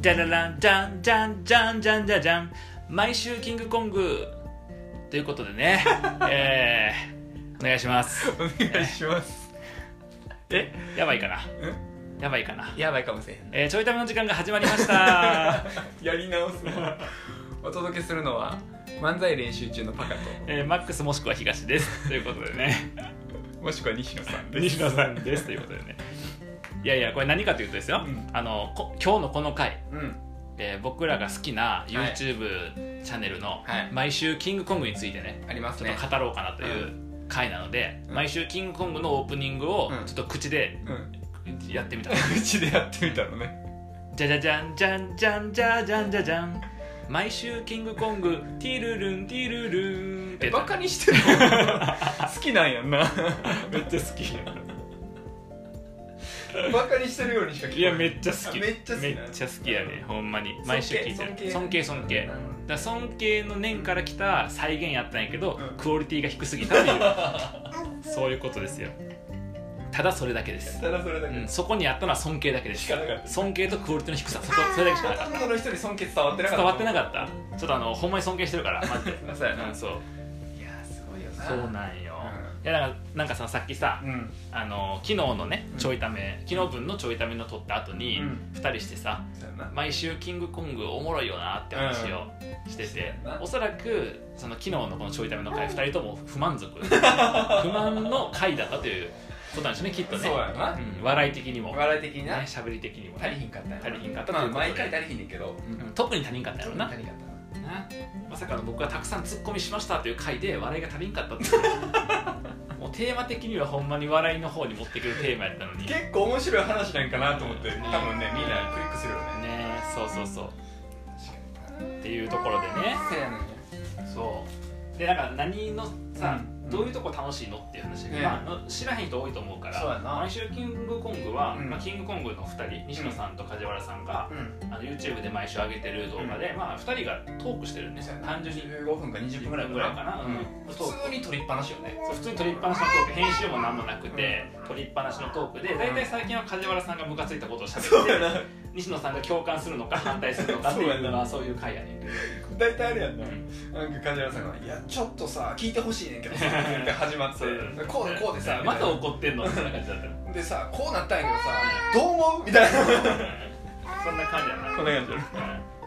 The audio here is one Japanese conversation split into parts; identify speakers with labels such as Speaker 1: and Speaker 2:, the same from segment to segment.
Speaker 1: じゃららんじゃんじゃんじゃんじゃんじゃんじゃん毎週キングコングということで ねえー、お願いします
Speaker 2: お願いします
Speaker 1: えやばいかなやばいかな
Speaker 2: やばいかもしれへん
Speaker 1: えー、ちょいための時間が始まりました
Speaker 2: やり直すなお届けするのは漫才練習中のパカと
Speaker 1: えー、マックスもしくは東ですということでね
Speaker 2: もしくは西野さんです
Speaker 1: 西野さんですということでねいやいやこれ何かというとですよ、
Speaker 2: うん
Speaker 1: あのこ今日のこの回、
Speaker 2: うん
Speaker 1: えー僕らが好きな YouTube チャンネルの
Speaker 2: はい
Speaker 1: 毎週キングコングについてね、
Speaker 2: あります
Speaker 1: ちょっ
Speaker 2: ね
Speaker 1: と語ろうかなという回なので、
Speaker 2: うん
Speaker 1: 毎週キングコングのオープニングを
Speaker 2: うん
Speaker 1: ちょっと口で
Speaker 2: うん
Speaker 1: やってみた、
Speaker 2: うちでやってみたのね
Speaker 1: じゃじゃじゃんじゃんじゃんじゃじゃんじゃじゃん毎週キングコングティルルンティルルンって
Speaker 2: バカにしてる 好きなんやんな
Speaker 1: めっちゃ好き
Speaker 2: バカにしてるようにしか聞こえない
Speaker 1: いやめっちゃ好き
Speaker 2: あめっちゃ好き
Speaker 1: め
Speaker 2: な
Speaker 1: っ
Speaker 2: んや
Speaker 1: ちゃ好きやねほんまに毎週聞いて
Speaker 2: 尊
Speaker 1: る
Speaker 2: 敬
Speaker 1: 尊敬尊敬
Speaker 2: う
Speaker 1: だか
Speaker 2: ん
Speaker 1: ら尊敬の念から来た再現やったんやけど、
Speaker 2: うん
Speaker 1: クオリティが低すぎたっていう そういうことですよただそれだけです
Speaker 2: ただそれだけ、
Speaker 1: うん、そこにあったのは尊敬だけで
Speaker 2: し
Speaker 1: す
Speaker 2: かなかった
Speaker 1: 尊敬とクオリティの低さそこそれだけしかなかっ
Speaker 2: その人に尊敬伝わってな
Speaker 1: た
Speaker 2: かった
Speaker 1: 伝わってなかったちょっとあのほんまに尊敬してるからマジで
Speaker 2: まあそうやな
Speaker 1: うんそう
Speaker 2: いやすごいよな
Speaker 1: そうなんよ、いやだからなんかささっきさ
Speaker 2: うん
Speaker 1: あの昨日のね
Speaker 2: うん
Speaker 1: ちょいため、昨日分のちょいための撮った後に、
Speaker 2: うん
Speaker 1: 二2人してさ
Speaker 2: そうやな
Speaker 1: 毎週キングコングおもろいよなって話をしてて、
Speaker 2: うん
Speaker 1: おそらくその昨日のこのちょいための回2人とも不満 足不満の回だったということなんでしょうねきっとね
Speaker 2: そうやな
Speaker 1: うん、笑い的にも、ね、
Speaker 2: 笑い的にな
Speaker 1: 喋り的にも
Speaker 2: 足り
Speaker 1: ね
Speaker 2: ひんかったやな
Speaker 1: 足りひんかった
Speaker 2: ま
Speaker 1: と
Speaker 2: あ
Speaker 1: いうことで
Speaker 2: 毎回足りひんねんけど
Speaker 1: うん特に他人かったやろな
Speaker 2: 足りひんかったな
Speaker 1: なまさかの僕がたくさんツッコミしましたという回で笑いが足りんかったっていう もうテーマ的にはほんまに笑いの方に持ってくるテーマやったのにね
Speaker 2: 結構面白い話なんかなと思って多
Speaker 1: うん
Speaker 2: 分ねみんなクリックするよね
Speaker 1: そうそうそう
Speaker 2: 確か
Speaker 1: っていうところでね
Speaker 2: にそうやねん
Speaker 1: そうでなんか何のさ、
Speaker 2: うん
Speaker 1: どういうとこ楽しいのっていう話、
Speaker 2: ね
Speaker 1: まあ、知らへん人多いと思うか
Speaker 2: そうや
Speaker 1: ら
Speaker 2: な
Speaker 1: 毎週キングコングは、
Speaker 2: うん
Speaker 1: まあ、キングコングの2人西野さんと梶原さんが、
Speaker 2: うん
Speaker 1: あの YouTube で毎週上げてる動画で、まあ、2人がトークしてるんですよ単純に
Speaker 2: 15分か20分ぐらい
Speaker 1: ぐらいかな、
Speaker 2: うん
Speaker 1: うんトーク
Speaker 2: 普通に取りっぱなしよね
Speaker 1: そう普通に取りっぱなしのトーク編集も何もなくて取りっぱなしのトークで大体最近は梶原さんがムカついたことをしゃべって
Speaker 2: な
Speaker 1: 西野さんが共感するのか反対するのかっていうのはそういう回やねんけど
Speaker 2: 大体あれやんな
Speaker 1: うん
Speaker 2: なんか梶原さんが「いやちょっとさ聞いてほしいねんけどさ」って始まって「こうでこうでさ」
Speaker 1: また
Speaker 2: み
Speaker 1: 怒ってんのみたいな感じだったよ
Speaker 2: たいなでさこうなったんやけどさ「どう思う?」みたいな
Speaker 1: そんな感じやな
Speaker 2: こんな感じや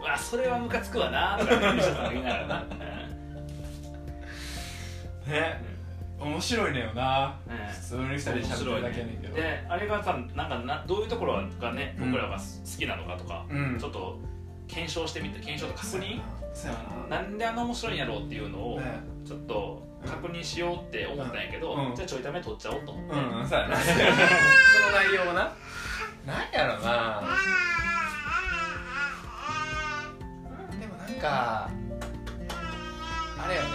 Speaker 1: うんうわそれはムカつくわなとかね西野さんが言いながらな
Speaker 2: ね面白いねよな
Speaker 1: うんうん
Speaker 2: 普通に二人で
Speaker 1: 面
Speaker 2: 喋って
Speaker 1: 白
Speaker 2: る
Speaker 1: い
Speaker 2: だけやねんけど
Speaker 1: であれがさなんかなどういうところがね
Speaker 2: うん
Speaker 1: 僕らが好きなのかとか、
Speaker 2: うん
Speaker 1: ちょっと検証してみて検証と確認
Speaker 2: そうやな
Speaker 1: なんであの面白いんやろうっていうのを
Speaker 2: ね
Speaker 1: ちょっと確認しようって思ったんやけど、
Speaker 2: うんうん
Speaker 1: じゃあちょいため取っちゃおうと思って、
Speaker 2: うんうんそうやなその内容もななんやろなうんでもなんかあれよねあ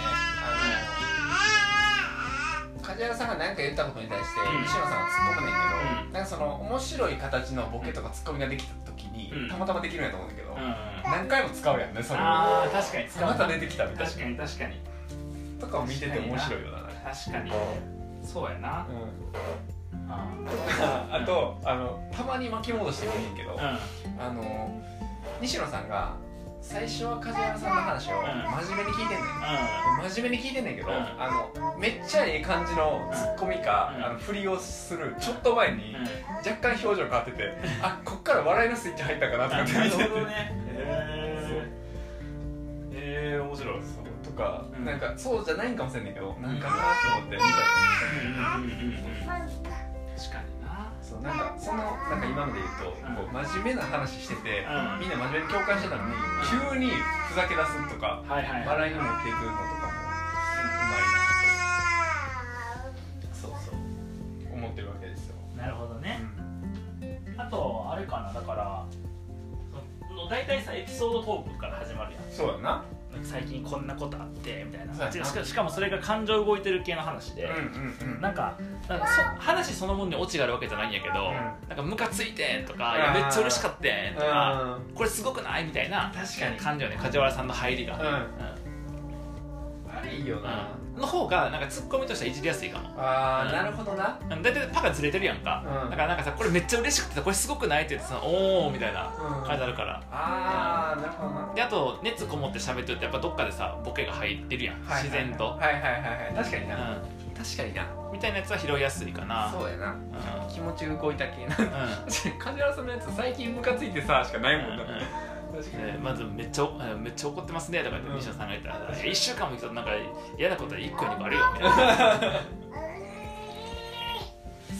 Speaker 2: の梶原さんが何か言ったことに対して
Speaker 1: うん
Speaker 2: 西野さんが突っ込むねんけど、
Speaker 1: う
Speaker 2: なんかその面白い形のボケとかツッコミができた時に、
Speaker 1: うん
Speaker 2: たまたまできるんやと思うんだけ
Speaker 1: う
Speaker 2: ど、
Speaker 1: ん
Speaker 2: 何回も使うやんねそれを
Speaker 1: あー確かに使う
Speaker 2: ま
Speaker 1: な
Speaker 2: た出てきたみたい
Speaker 1: 確かに確かに
Speaker 2: なとかを見てて面白いよななんか
Speaker 1: 確かにそうやな、
Speaker 2: うん
Speaker 1: あ
Speaker 2: あとあのたまに巻き戻してもいいんやけど、
Speaker 1: ー
Speaker 2: あの西野さんが最初は梶原さんの話を
Speaker 1: ん
Speaker 2: 真面目に聞いてんねん
Speaker 1: う
Speaker 2: 真面目に聞いてんねんけど、
Speaker 1: うん
Speaker 2: あのめっちゃいい感じのツッコミか、
Speaker 1: うん
Speaker 2: あの振りをするちょっと前に
Speaker 1: んうん
Speaker 2: 若干表情変わってて、あこっから笑いのスイッチ入ったかなとかって
Speaker 1: なる
Speaker 2: 見て
Speaker 1: ほ
Speaker 2: て
Speaker 1: ど ねへえへえ面白い
Speaker 2: そうとか、
Speaker 1: うん
Speaker 2: なんかそうじゃないんかもしれんねんけど、
Speaker 1: ん
Speaker 2: なんかなと思って見たり
Speaker 1: うんうんうんうん確かにな
Speaker 2: そうなんかそのなんか今ので言うと、
Speaker 1: うん
Speaker 2: こう真面目な話してて、
Speaker 1: うん
Speaker 2: みんな真面目に共感してたのに、急にふざけ出すとか
Speaker 1: はいはい
Speaker 2: 笑いに持っていくのとかもうまいなとそうそう思ってるわけですよ、
Speaker 1: なるほど
Speaker 2: う
Speaker 1: ね
Speaker 2: ん、
Speaker 1: あとあれかなだからその大体さエピソードトークから始まるやん
Speaker 2: そうやな
Speaker 1: なんか最近こんなことあってみたいな
Speaker 2: そうやな
Speaker 1: しかしかもそれが感情動いてる系の話で、
Speaker 2: うんうん
Speaker 1: なんかなんかそ話そのものにオチがあるわけじゃないんやけど、
Speaker 2: ん
Speaker 1: なんかムカついてんと
Speaker 2: あ
Speaker 1: か
Speaker 2: ー
Speaker 1: いやめっちゃ嬉しかったんとか
Speaker 2: うん
Speaker 1: これすごくないみたいな
Speaker 2: 確かに
Speaker 1: 感じよね梶原さんの入りが、
Speaker 2: うん
Speaker 1: うん
Speaker 2: あれいいいいよな、
Speaker 1: うん、の方がなんかツッコミとしてはいじりやすいかも
Speaker 2: あ
Speaker 1: う
Speaker 2: あ
Speaker 1: ん
Speaker 2: なるほどな
Speaker 1: うん大体パがずれてるやんか、
Speaker 2: うん
Speaker 1: だからなんかさこれめっちゃ嬉しくてさこれすごくないって言ってさおおみたいな
Speaker 2: うん
Speaker 1: 感じあるから
Speaker 2: ああなるほどな
Speaker 1: であと熱こもって喋ってるとやっぱどっかでさボケが入ってるやん、
Speaker 2: はいはい
Speaker 1: 自然と、
Speaker 2: はいはいはいはい確かにな、
Speaker 1: う、
Speaker 2: 確かになん
Speaker 1: みたいなやつは拾いやすいかな
Speaker 2: そうやな
Speaker 1: うん
Speaker 2: 気持ち動いた系な確
Speaker 1: うん
Speaker 2: かに 梶原さんのやつ最近ムカついてさしかないも
Speaker 1: う
Speaker 2: んな、
Speaker 1: んうん
Speaker 2: 確かに、
Speaker 1: ねまずめっちゃあめっちゃ怒ってますねとか言って
Speaker 2: うん
Speaker 1: 西野さんが言ったら1週間も行くとなんか嫌なことは1個にもある よみたいな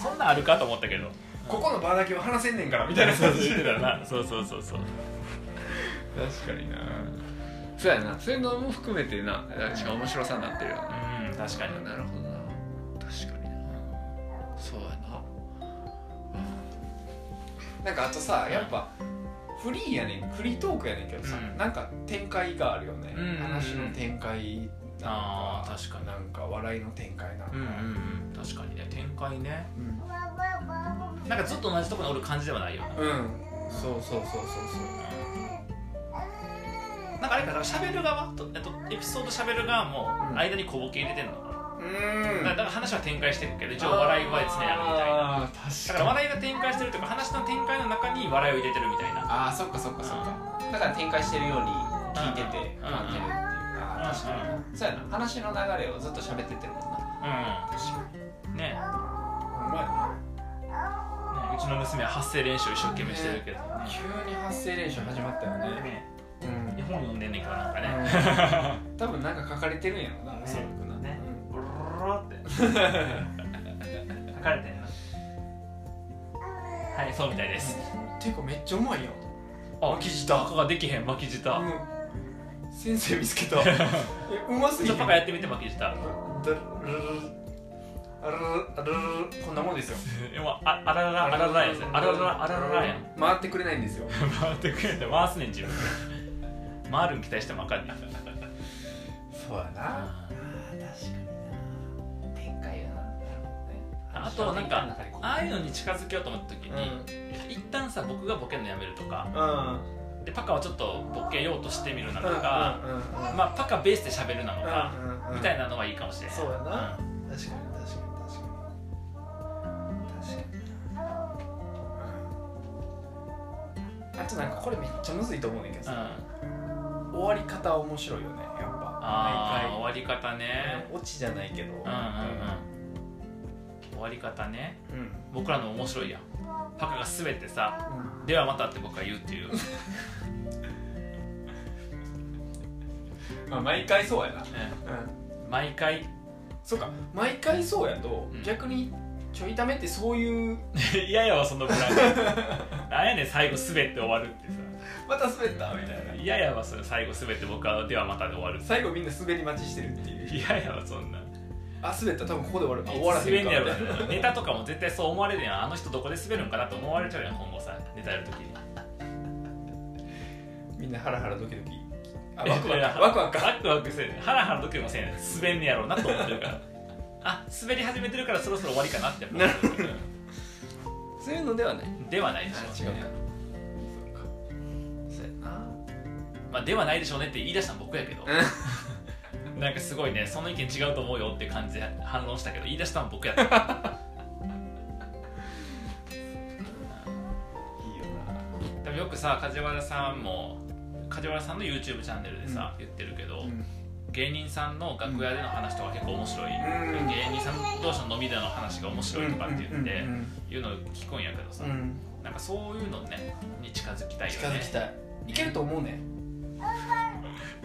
Speaker 1: そんなんあるかと思ったけど
Speaker 2: ここの場だけは話せんねんからみたい な
Speaker 1: そう
Speaker 2: 感
Speaker 1: そう
Speaker 2: じ
Speaker 1: 言ってたなそうそうそうそう
Speaker 2: 確かになそうやなそういうのも含めてなしかも面白さになってるよな
Speaker 1: うん確かに
Speaker 2: なるほどな確かになそうやななんかあとさやっぱフリーやねんフリートークやねんけどさ、
Speaker 1: うん
Speaker 2: なんか展開があるよね、
Speaker 1: うんうんうん
Speaker 2: 話の展開なん
Speaker 1: あ
Speaker 2: か
Speaker 1: ー確かに
Speaker 2: なんか笑いの展開なんか、
Speaker 1: うんうんうん確かにね展開ね
Speaker 2: うん
Speaker 1: なんかずっと同じとこにおる感じではないよな
Speaker 2: うんそうそうそうそうそう
Speaker 1: なんかあれかだから喋る側とえっとエピソード喋る側
Speaker 2: う
Speaker 1: も
Speaker 2: ん
Speaker 1: 間に小ボケ入れてんのかな
Speaker 2: うーん
Speaker 1: だからだから話は展開してるけど一応笑いは常にあるみたいな
Speaker 2: あー
Speaker 1: だか
Speaker 2: 確からに
Speaker 1: 笑いが展開してるとか話の展開の中に笑いを入れてるみたいな
Speaker 2: ああそっかそっかそっかだから展開してるように聞いてて待ってるっ
Speaker 1: うん
Speaker 2: ていうあー確かになそうやな話の流れをずっと喋っててるもんな
Speaker 1: うんねね
Speaker 2: うまいな
Speaker 1: うちの娘は発声練習を一生懸命してるけどね
Speaker 2: 急に発声練習始まったよね
Speaker 1: ね
Speaker 2: うん
Speaker 1: 日本読んでんねんけどなんかね
Speaker 2: 多分なんか書かれてるんやろ な
Speaker 1: そう
Speaker 2: くな
Speaker 1: ね
Speaker 2: う
Speaker 1: ブ
Speaker 2: ん
Speaker 1: ロロロっ て書かれてんのはいそうみたいです
Speaker 2: ていうかめっちゃうまいやん
Speaker 1: あ
Speaker 2: 巻き舌
Speaker 1: パカができへん巻き舌
Speaker 2: うん先生見つけ たえうますぎ
Speaker 1: ちょ
Speaker 2: る
Speaker 1: パカやってみて巻き舌
Speaker 2: だるるるあるるるるるこんなもんですよ
Speaker 1: えもうああらららあらららやつあらららあらららやん
Speaker 2: 回ってくれないんですよ
Speaker 1: 回ってくれて回すねん自分で回るん期待してもあかんねん
Speaker 2: そうやなあー確かにな展開やな
Speaker 1: ああとなんかああいううのに近づけようと思った時に、
Speaker 2: う
Speaker 1: 一旦さ僕がボケるのやめるとか
Speaker 2: んうん
Speaker 1: でパカはちょっとボケようとしてみるなとか、
Speaker 2: うんうん
Speaker 1: まあ、パカベースで喋るなのか、
Speaker 2: うんうん
Speaker 1: みたいなのはいいかもしれない
Speaker 2: そうやな確かに確かに確かに確かにうんあとなんかこれめっちゃむずいと思うねんけど
Speaker 1: うん、う
Speaker 2: さ
Speaker 1: ん
Speaker 2: 終わり方面白いよねやっ
Speaker 1: ああ
Speaker 2: ぱ
Speaker 1: 終わり方ね
Speaker 2: 毎回オチじゃないけどうん
Speaker 1: うんうんうん終わり方ね
Speaker 2: うん
Speaker 1: 僕らの面白いやんパカが滑ってさ「ではまた」って僕は言うっていう、う
Speaker 2: まあ毎回そうやなうんん
Speaker 1: 毎回
Speaker 2: そうか毎回そうやと、
Speaker 1: うん
Speaker 2: 逆にちょいためってそういう
Speaker 1: 嫌やわそのブランドなんやねん最後滑って終わるってさ
Speaker 2: また滑ったみたいな
Speaker 1: 嫌やわそれ最後滑って僕は「ではまた」で終わる
Speaker 2: 最後みんな滑り待ちしてるって いう
Speaker 1: 嫌やわそんな
Speaker 2: あ滑った多分ここで終わるあ終わらへん
Speaker 1: 滑んねや
Speaker 2: かみ
Speaker 1: ろ
Speaker 2: たいな
Speaker 1: ネタとかも絶対そう思われるやんあの人どこで滑るんかなと思われちゃうやん今後さネタやるときに
Speaker 2: みんなハラハラドキド キあワクワクかワクワクか
Speaker 1: ワクワクせえハラハラドキドキもせえねん滑んねやろうなと思ってるからあ滑り始めてるからそろそろ終わりかなって思ってる
Speaker 2: そういうのではない
Speaker 1: ではないでしょうね
Speaker 2: なそうかそうやな
Speaker 1: まあではないでしょうねって言い出したの僕やけどなんかすごいねその意見違うと思うよって感じで反論したけど言い出したの僕やった
Speaker 2: いいよな
Speaker 1: でもよくさ梶原さんも梶原さんの YouTube チャンネルでさ、言ってるけど、芸人さんの楽屋での話とか結構面白い、
Speaker 2: うん
Speaker 1: 芸人さん同士の飲みでの話が面白いとかって言って、
Speaker 2: うん
Speaker 1: いうのを聞くんやけどさ、
Speaker 2: うんうん
Speaker 1: なんかそういうのねに近づきたいよね
Speaker 2: 近づきたいいけると思うね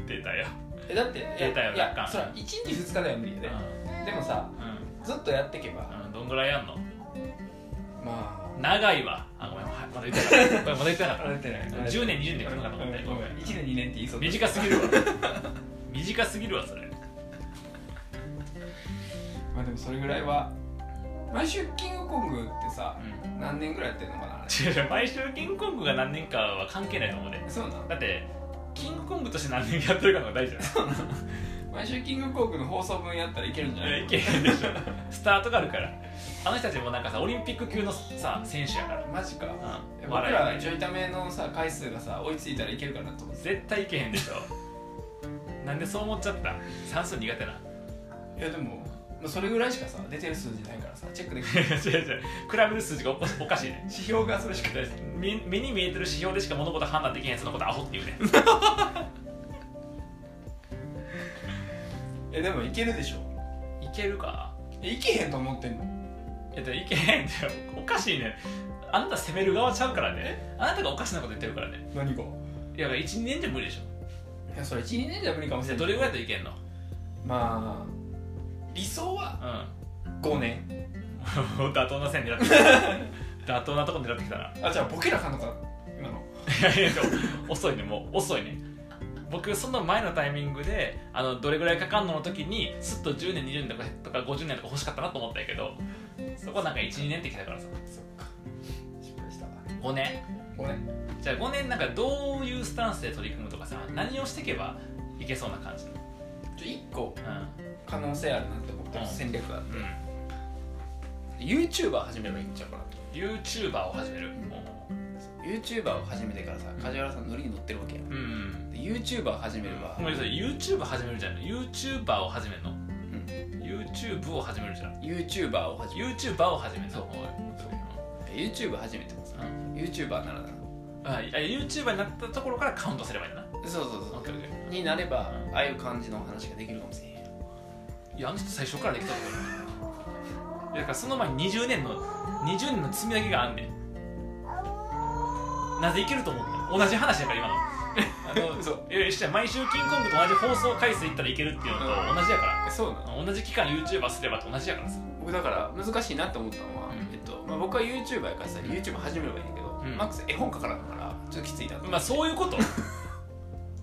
Speaker 1: 出たよ、
Speaker 2: えだっていや
Speaker 1: 出たよ
Speaker 2: いや
Speaker 1: 楽観
Speaker 2: そら1日2日では無理やででもさ
Speaker 1: う
Speaker 2: ずっとやってけば
Speaker 1: んうん、どんぐらいやんの
Speaker 2: まあ
Speaker 1: 長いわあごめんまだ言ってなかったこれまだ言ってなかっ
Speaker 2: れてない
Speaker 1: た10年20年かかと思ったよごめん
Speaker 2: 1年2年って言いそう
Speaker 1: 短すぎ るわ短すぎるわそれ
Speaker 2: まあでもそれぐらいは毎週キングコングってさ
Speaker 1: うん
Speaker 2: 何年ぐらいやってんのかな あ
Speaker 1: 違う違う毎週キングコングが何年かは関係ないと思うで
Speaker 2: れそうなん
Speaker 1: だってキングコングとして何年やってるかの方が大事じゃない
Speaker 2: 毎週キングコングの放送分やったらいけるんじゃない
Speaker 1: いけへんで しょスタートがあるからあの人たちもなんかさオリンピック級のさ選手やから
Speaker 2: マジか
Speaker 1: うん
Speaker 2: 僕
Speaker 1: 笑えな
Speaker 2: ら
Speaker 1: い
Speaker 2: ちょいためのさ回数がさ追いついたらいけるかなと思って
Speaker 1: 絶対いけへんでしょなんでそう思っちゃった算数苦手な
Speaker 2: いやでもまあそれぐらいしかさ出てる数字ないからさチェックで き
Speaker 1: 違
Speaker 2: る
Speaker 1: う違う比べる数字がおかおかしいね
Speaker 2: 指標がそれしかない
Speaker 1: 目目に見えてる指標でしか物事判断できないやつのことアホっていうね
Speaker 2: えでもいけるでしょ
Speaker 1: いけるか
Speaker 2: えいけへんと思ってんの
Speaker 1: えっといけへんっておかしいねあなた責める側ちゃうからねあなたがおかしなこと言ってるからね
Speaker 2: 何が
Speaker 1: いや1年じゃ無理でしょ
Speaker 2: いやそれ12年じゃ無理かもし
Speaker 1: じゃ
Speaker 2: れ
Speaker 1: あど
Speaker 2: ない
Speaker 1: れぐらいだといけんの
Speaker 2: まあ理想は
Speaker 1: う
Speaker 2: 5年
Speaker 1: ん 妥当な線狙 ってきた妥当なとこ狙ってきたな
Speaker 2: あじゃあボケラさんとか今の
Speaker 1: いやいやでも遅いねもう遅いね僕その前のタイミングであのどれぐらいかかんのの時にすっと10年20年とかとか50年とか欲しかったなと思ったんやけどそこなんか12年ってきたからさ
Speaker 2: そっか失敗した
Speaker 1: 5年
Speaker 2: 5年
Speaker 1: じゃあ5年なんかどういうスタンスで取り組むとかさ何をしていけばいけそうな感じ
Speaker 2: ちょ1個
Speaker 1: う
Speaker 2: 可能性あるなって思ってる
Speaker 1: うん
Speaker 2: 戦略がある
Speaker 1: ん、うん、
Speaker 2: YouTuber 始めればいいんちゃうかな
Speaker 1: YouTuber を始めるう
Speaker 2: YouTuber を始めてからさ梶原さんノリに乗ってるわけやん
Speaker 1: んうん
Speaker 2: で YouTuber を始めれば、
Speaker 1: ごめんなさい YouTube 始めるじゃん YouTuber を始めるの
Speaker 2: うん
Speaker 1: YouTube を始めるじゃん
Speaker 2: YouTuber を始め
Speaker 1: YouTuber を始めるの
Speaker 2: そう YouTube 始めてもさ、
Speaker 1: う
Speaker 2: YouTuber ならな
Speaker 1: あいや YouTuber になったところからカウントすればいいんだな
Speaker 2: そうそう
Speaker 1: オッケーオッケー
Speaker 2: になれば、
Speaker 1: うん
Speaker 2: ああいう感じの話ができるかもしれへん
Speaker 1: いやあの人最初からできたと思うだからその前に20年の20年の積み上げがあんねんなぜいけると思ったの同じ話だから 今のあの
Speaker 2: そう
Speaker 1: いや一緒や毎週キングコングと同じ放送回数いったらいけるっていうのと同じやか
Speaker 2: そうな
Speaker 1: ら同じ期間 YouTuber すればと同じやからさ
Speaker 2: 僕だから難しいなって思ったのは、
Speaker 1: うん
Speaker 2: えっとまあ、僕は YouTuber やからさ YouTube 始めればいいんだけど、
Speaker 1: うん
Speaker 2: マックス絵本書かなあかんからちょっときついなと、
Speaker 1: まあそういうこと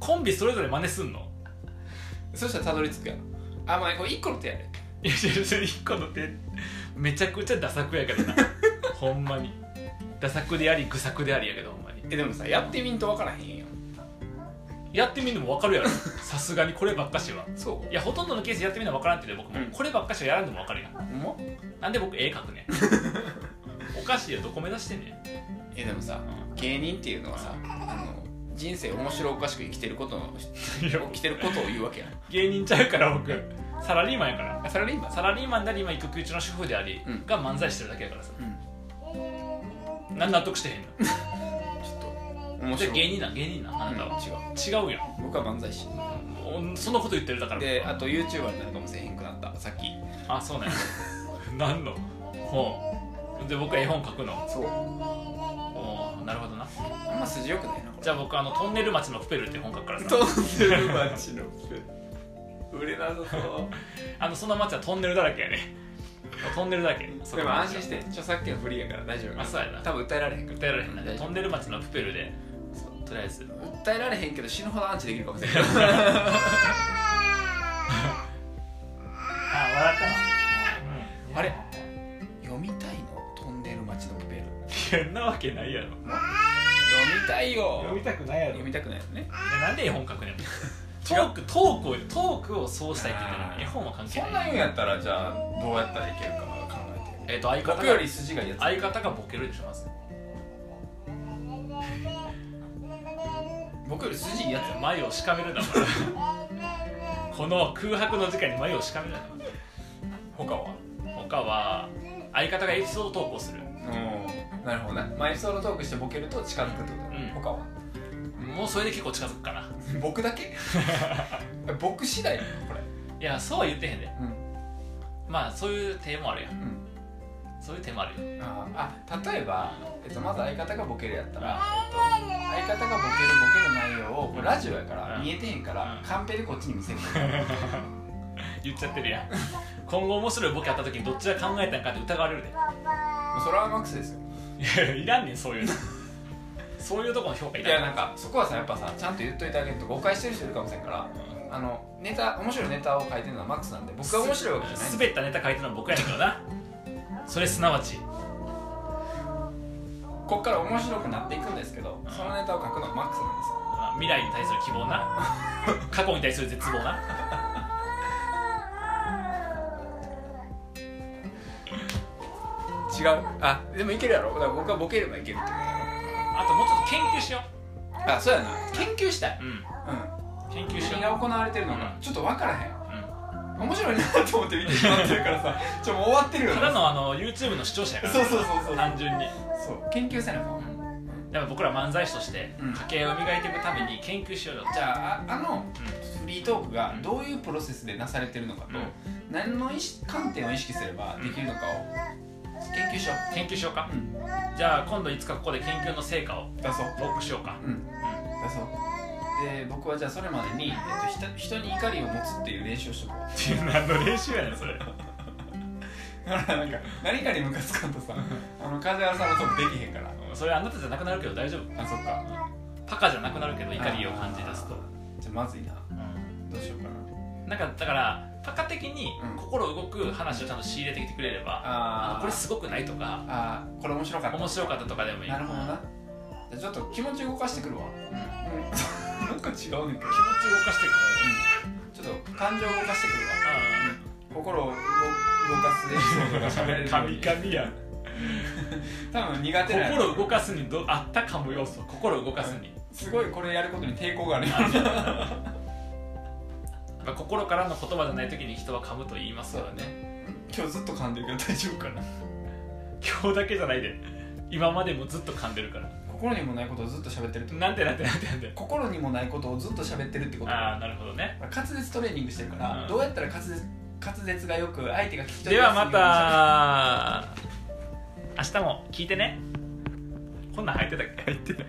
Speaker 1: コンビそれぞれ真似すんの
Speaker 2: そしたらたどり着くやんあまあこれ1個の手やで
Speaker 1: いや別に1個の手めちゃくちゃダサくやけ どなほんまにダサくであり愚作でありやけどほんまに
Speaker 2: えでもさやってみんと分からへんやん
Speaker 1: やってみんでも分かるやろさすがにこればっかしは
Speaker 2: そ
Speaker 1: いやほとんどのケースやってみんの分からんって言うて僕も、
Speaker 2: うん
Speaker 1: こればっかしはやらんでも分かるや
Speaker 2: うんほんま
Speaker 1: なんで僕絵描く ねんおかしいよどこ目指してんねん
Speaker 2: えでもさ芸人っていうのはさあの人生面白おかしく生きてることの
Speaker 1: いや
Speaker 2: 生きてることを言うわけやん
Speaker 1: 芸人ちゃうから僕サラリーマンやから
Speaker 2: サラリーマン
Speaker 1: サラリーマンであり今育休中の主婦であり、
Speaker 2: うん
Speaker 1: が漫才してるだけやからさ
Speaker 2: うん
Speaker 1: なん納得してへんの
Speaker 2: ちょっと面
Speaker 1: じゃ
Speaker 2: 白
Speaker 1: あ
Speaker 2: い
Speaker 1: 芸人なん芸人なんあなたは、違うやん
Speaker 2: うん違う僕は漫才師
Speaker 1: おそのこと言ってるだから
Speaker 2: で
Speaker 1: 僕は
Speaker 2: あと YouTuber になるかもしれへんくなったさっき
Speaker 1: あそうなんや なんのほうで僕は絵本描くの
Speaker 2: そう
Speaker 1: おうなるほどな
Speaker 2: あんま筋よくないなこ
Speaker 1: じゃあ僕あのトンネル町のプペルっていう本書くから
Speaker 2: れ
Speaker 1: さ
Speaker 2: トンネル町 の売れなさそう
Speaker 1: あのその町はトンネルだらけやねトンネルだらけそこ
Speaker 2: でも安心して著作権フリーやから大丈夫
Speaker 1: あそうやな
Speaker 2: 多分訴えられへんから
Speaker 1: 訴えられへんな
Speaker 2: 大丈夫
Speaker 1: トンネル町のプペルでとりあえず
Speaker 2: 訴えられへんけど死ぬほどアンチできるかもしれない
Speaker 1: あ笑った
Speaker 2: あれ読みたいのトンネル町のプペル
Speaker 1: うんいやんなわけないやろ
Speaker 2: 読みたいよ
Speaker 1: たくないや
Speaker 2: 読みたくないよね
Speaker 1: なんで絵本書くねんトークトークをトークをそうしたいって言ってるのに絵本は関係
Speaker 2: そん
Speaker 1: な
Speaker 2: ないんやったらじゃあどうやったらいけるか考えて
Speaker 1: えっと相方
Speaker 2: 僕よ
Speaker 1: が
Speaker 2: り筋がいいやつ
Speaker 1: 相方がボケるでしょまず
Speaker 2: 僕より筋いいやつ
Speaker 1: 眉をしかめるなこれこの空白の時間に眉をしかめるな
Speaker 2: 他は
Speaker 1: 他は相方がエピソード投稿する
Speaker 2: うんなるほどねまあエピソードトークしてボケると近づくってこ
Speaker 1: う
Speaker 2: と、
Speaker 1: ん
Speaker 2: 他は
Speaker 1: もうそれで結構近づくかな
Speaker 2: 僕だけ 僕次第なのこれ
Speaker 1: いやそうは言ってへんで
Speaker 2: うん
Speaker 1: まあそういう手もあるやん
Speaker 2: うん
Speaker 1: そういう手もあるよ
Speaker 2: あーあ例えば、えっと、まず相方がボケるやったら、えっと、相方がボケるボケる内容をこれラジオやから、
Speaker 1: うん
Speaker 2: 見えてへんから、
Speaker 1: うん
Speaker 2: カンペでこっちに見せる
Speaker 1: 言っちゃってるやん今後面白いボケあった時にどっちが考えたんかって疑われるで
Speaker 2: それはマックスですよ
Speaker 1: いやいらんねんそういうのそういうとこの評価い
Speaker 2: いや
Speaker 1: らん
Speaker 2: なんかそこはさやっぱさちゃんと言っといてあげると誤解してる人いるかもしれんからあのネタ面白いネタを書いてるのはマックスなんで僕は面白いわけじゃないんで
Speaker 1: 滑ったネタ書いてるの僕やねんからなそれすなわち
Speaker 2: こっから面白くなっていくんですけどそのネタを書くのはマックスなんですよ
Speaker 1: あ未来に対する希望な 過去に対する絶望な
Speaker 2: 違うあでもいけるやろだから僕はボケればいけるってこ
Speaker 1: あともうちょっと研究しよ
Speaker 2: とあそうやな研究したいう
Speaker 1: うん
Speaker 2: うん
Speaker 1: 研究し
Speaker 2: 何
Speaker 1: よ
Speaker 2: が行われてるのか
Speaker 1: う
Speaker 2: ちょっと分からへん
Speaker 1: う、う
Speaker 2: 面白いなと思って見てしまってるからさちょもう終わってるよ
Speaker 1: ん、た
Speaker 2: ね
Speaker 1: だのあの YouTube の視聴者やから
Speaker 2: そうそうそうそう
Speaker 1: 単純に
Speaker 2: そう研究せなあかんわ
Speaker 1: やっぱ僕ら漫才師として
Speaker 2: うん
Speaker 1: 家計を磨いていくために研究しようよ、
Speaker 2: じゃあああの
Speaker 1: う
Speaker 2: フリートークが
Speaker 1: うん
Speaker 2: どういうプロセスでなされてるのかと、
Speaker 1: うん
Speaker 2: 何の意識観点を意識すればできるのかを研究しよ
Speaker 1: ん、研究しようか
Speaker 2: う、うん、
Speaker 1: じゃあ今度いつかここで研究の成果を
Speaker 2: 出そう
Speaker 1: 報告しようか、
Speaker 2: うん
Speaker 1: う、
Speaker 2: 出そうで僕はじゃあそれまでに、えっと、人人に怒りを持つっていう練習をしとこうん
Speaker 1: っ ていう何の練習やねんそれ
Speaker 2: だからなんか何かにムカつかんとさあの風原さんのトークできへんから
Speaker 1: それあなたじゃなくなるけど大丈夫
Speaker 2: あそっか
Speaker 1: パカじゃなくなるけど怒りを感じ出すと、
Speaker 2: じゃあまずいな
Speaker 1: う
Speaker 2: どうしようか
Speaker 1: な
Speaker 2: なん
Speaker 1: んかだからパカ的に
Speaker 2: うん
Speaker 1: 心動く話をちゃんと仕入れてきてくれれば、あ
Speaker 2: あ
Speaker 1: の
Speaker 2: ー
Speaker 1: これすごくないとか
Speaker 2: あーこれ面白かった
Speaker 1: 面白かったとかでもいい
Speaker 2: なるほどなじゃあちょっと気持ち動かしてくるわ
Speaker 1: うん気持ち
Speaker 2: うん なん
Speaker 1: 動
Speaker 2: か違うねんけど
Speaker 1: かしていく
Speaker 2: ちょっと感情を動かしてくるわ
Speaker 1: あ
Speaker 2: 心を動動かすエピソードが喋れるように
Speaker 1: 神々やん
Speaker 2: 多分苦手なやつ
Speaker 1: 心動かすにどあったかも要素心動かすに、
Speaker 2: すごいこれやることに抵抗があるよ
Speaker 1: まあ、心からの言葉じゃない時に人は噛むと言いますからね
Speaker 2: 今日ずっと噛んでるけど大丈夫かな
Speaker 1: 今日だけじゃないで今までもずっと噛んでるから
Speaker 2: 心にもないことをずっと喋ってるってこと
Speaker 1: なんてなんてなんてなんて
Speaker 2: 心にもないことをずっと喋ってるってこと
Speaker 1: ああなるほどね
Speaker 2: 滑舌トレーニングしてるから、
Speaker 1: うん
Speaker 2: どうやったら滑舌滑舌がよく相手が聞き取
Speaker 1: で
Speaker 2: りやす
Speaker 1: はい
Speaker 2: ように
Speaker 1: また明日も聞いてねこんなん入ってたっけ入ってない